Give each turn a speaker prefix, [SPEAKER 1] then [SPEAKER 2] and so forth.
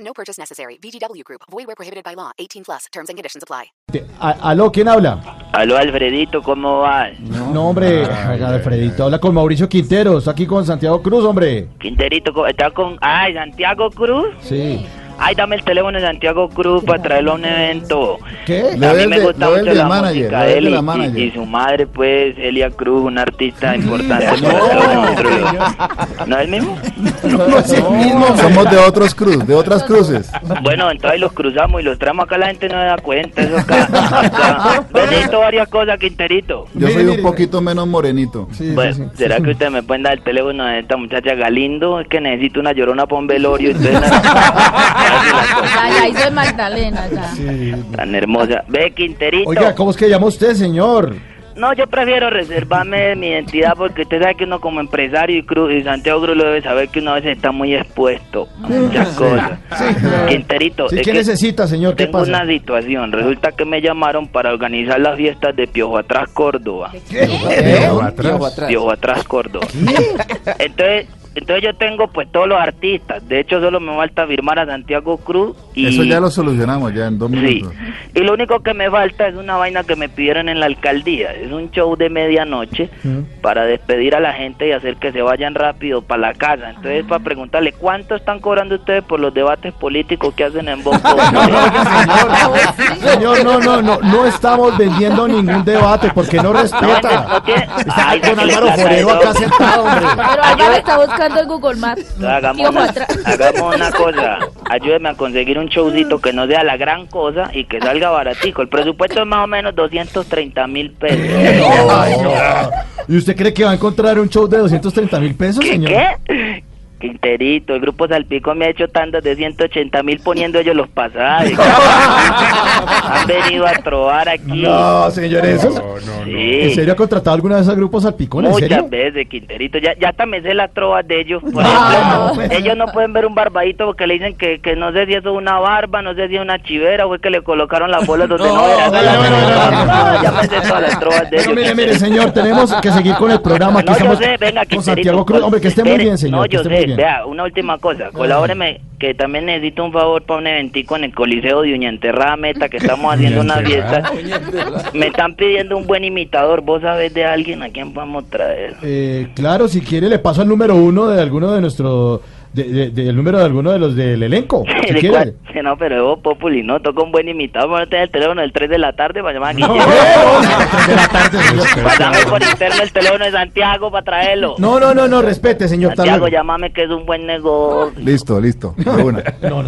[SPEAKER 1] No purchase necessary. VGW Group. Void where prohibited by law. 18 plus. Terms and conditions apply.
[SPEAKER 2] Te- a- ¿Aló? ¿Quién habla?
[SPEAKER 3] Aló Alfredito, ¿cómo vas?
[SPEAKER 2] No, hombre, oiga, Alfredito, habla con Mauricio Quintero, está aquí con Santiago Cruz, hombre.
[SPEAKER 3] Quinterito, ¿cómo- ¿estás con... Ay, Santiago Cruz.
[SPEAKER 2] Sí.
[SPEAKER 3] Ay, dame el teléfono de Santiago Cruz para traerlo a un evento.
[SPEAKER 2] ¿Qué?
[SPEAKER 4] Le
[SPEAKER 3] a
[SPEAKER 4] doy
[SPEAKER 3] mí
[SPEAKER 4] el
[SPEAKER 3] me
[SPEAKER 4] de-
[SPEAKER 3] gusta
[SPEAKER 4] le doy el
[SPEAKER 3] mucho
[SPEAKER 4] de
[SPEAKER 3] la
[SPEAKER 4] la manager,
[SPEAKER 3] música
[SPEAKER 4] le doy
[SPEAKER 3] de
[SPEAKER 4] el
[SPEAKER 3] él
[SPEAKER 4] de
[SPEAKER 3] y,
[SPEAKER 4] la
[SPEAKER 3] y-
[SPEAKER 4] manager.
[SPEAKER 3] y su madre, pues, Elia Cruz, una artista importante. no. ¿No es el mismo?
[SPEAKER 4] Somos de otros cruz, de otras cruces.
[SPEAKER 3] Bueno, entonces los cruzamos y los traemos acá, la gente no se da cuenta. Eso acá. acá. Benito, varias cosas, Quinterito.
[SPEAKER 4] Yo
[SPEAKER 2] Mire,
[SPEAKER 4] soy
[SPEAKER 2] mire.
[SPEAKER 4] un poquito menos morenito.
[SPEAKER 3] Bueno, ¿será que ustedes me pueden dar el teléfono de esta muchacha Galindo? Es que necesito una llorona para un velorio. Entonces,
[SPEAKER 5] Ya, ya hizo de Magdalena, ya.
[SPEAKER 3] Tan hermosa. Ve, Quinterito.
[SPEAKER 2] Oiga, ¿cómo es que llama usted, señor?
[SPEAKER 3] No, yo prefiero reservarme mi identidad porque usted sabe que uno como empresario y, Cruz, y Santiago Cruz lo debe saber que uno a veces está muy expuesto a muchas cosas. Quinterito,
[SPEAKER 2] Sí,
[SPEAKER 3] es
[SPEAKER 2] ¿Qué
[SPEAKER 3] que
[SPEAKER 2] necesita, señor? ¿Qué
[SPEAKER 3] tengo
[SPEAKER 2] pasa?
[SPEAKER 3] una situación. Resulta que me llamaron para organizar las fiestas de Piojo Atrás Córdoba. Piojo ¿Eh? Atrás Córdoba. Entonces... Entonces yo tengo pues todos los artistas, de hecho solo me falta firmar a Santiago Cruz y
[SPEAKER 4] Eso ya lo solucionamos ya en dos
[SPEAKER 3] Sí,
[SPEAKER 4] minutos.
[SPEAKER 3] y lo único que me falta es una vaina que me pidieron en la alcaldía. Es un show de medianoche para despedir a la gente y hacer que se vayan rápido para la casa.
[SPEAKER 4] Ah.
[SPEAKER 3] Entonces, para preguntarle, ¿cuánto están cobrando ustedes por los debates políticos que hacen en Bonco?
[SPEAKER 2] Ah, Señor, no, no, no, no estamos vendiendo ningún debate porque no respeta. Está
[SPEAKER 3] Ay,
[SPEAKER 2] aquí con
[SPEAKER 3] que le
[SPEAKER 2] Álvaro
[SPEAKER 3] plata,
[SPEAKER 2] Forero
[SPEAKER 3] ¿no?
[SPEAKER 2] acá sentado, hombre.
[SPEAKER 5] Pero Álvaro está buscando el Google Maps.
[SPEAKER 3] Hagamos
[SPEAKER 5] Tío,
[SPEAKER 3] una,
[SPEAKER 5] atrás.
[SPEAKER 3] hagamos una cosa, ayúdeme a conseguir un showcito que no sea la gran cosa y que salga baratico. El presupuesto es más o menos 230 mil pesos.
[SPEAKER 2] Ay, no. ¿Y usted cree que va a encontrar un show de 230 mil pesos,
[SPEAKER 3] ¿Qué?
[SPEAKER 2] señor?
[SPEAKER 3] ¿Qué? Quinterito, el grupo Salpico me ha hecho tandas de 180 mil poniendo ellos los pasajes. Han venido a trobar aquí.
[SPEAKER 2] No, señor, eso es-
[SPEAKER 3] Sí,
[SPEAKER 2] ¿En serio ha contratado alguna vez al grupo Salpicón? ¿En
[SPEAKER 3] Muchas
[SPEAKER 2] serio?
[SPEAKER 3] veces, Quinterito. Ya, ya hasta me sé las trovas de ellos. Por
[SPEAKER 2] Ah,
[SPEAKER 3] ejemplo,
[SPEAKER 2] no.
[SPEAKER 3] ellos no pueden ver un barbadito porque le dicen que, que no sé si eso es una barba, no sé si es una chivera o es que le colocaron las bolas donde no, era.
[SPEAKER 2] bueno, bueno, bueno, bueno.
[SPEAKER 3] Ah, Ya me sé todas las trovas de
[SPEAKER 2] Pero
[SPEAKER 3] ellos.
[SPEAKER 2] mire, mire, señor, tenemos que seguir con el programa. Aquí
[SPEAKER 3] No, yo
[SPEAKER 2] estamos
[SPEAKER 3] sé, venga,
[SPEAKER 2] con
[SPEAKER 3] Quinterito,
[SPEAKER 2] Santiago Cruz.
[SPEAKER 3] pues,
[SPEAKER 2] Hombre, que esté muy
[SPEAKER 3] espere.
[SPEAKER 2] bien, señor.
[SPEAKER 3] No,
[SPEAKER 2] que
[SPEAKER 3] yo
[SPEAKER 2] esté
[SPEAKER 3] sé,
[SPEAKER 2] muy bien.
[SPEAKER 3] vea, una última cosa, colabóreme, que también necesito un favor para un eventico en el Coliseo de Uñenterrada Meta, que estamos haciendo una fiesta. Me están pidiendo un buen imitador, ¿vos sabés de alguien a quién vamos a traer?
[SPEAKER 2] Eh, claro, si quiere, le paso al número uno de alguno de nuestro. de- de- de- el número de alguno de los del elenco. Si
[SPEAKER 3] ¿De
[SPEAKER 2] quiere.
[SPEAKER 3] cuál? No, pero vos, Populi, no, toca un buen imitador, vamos a tener el teléfono del 3 de la tarde para llamar a
[SPEAKER 2] No,
[SPEAKER 3] Guillermo.
[SPEAKER 2] de la tarde, señor.
[SPEAKER 3] Pasame por interno el teléfono de Santiago para traerlo.
[SPEAKER 2] no, no, no, no, respete, señor. hasta
[SPEAKER 3] Santiago,
[SPEAKER 2] luego.
[SPEAKER 3] llámame que es un buen negocio.
[SPEAKER 4] Listo, listo. de una.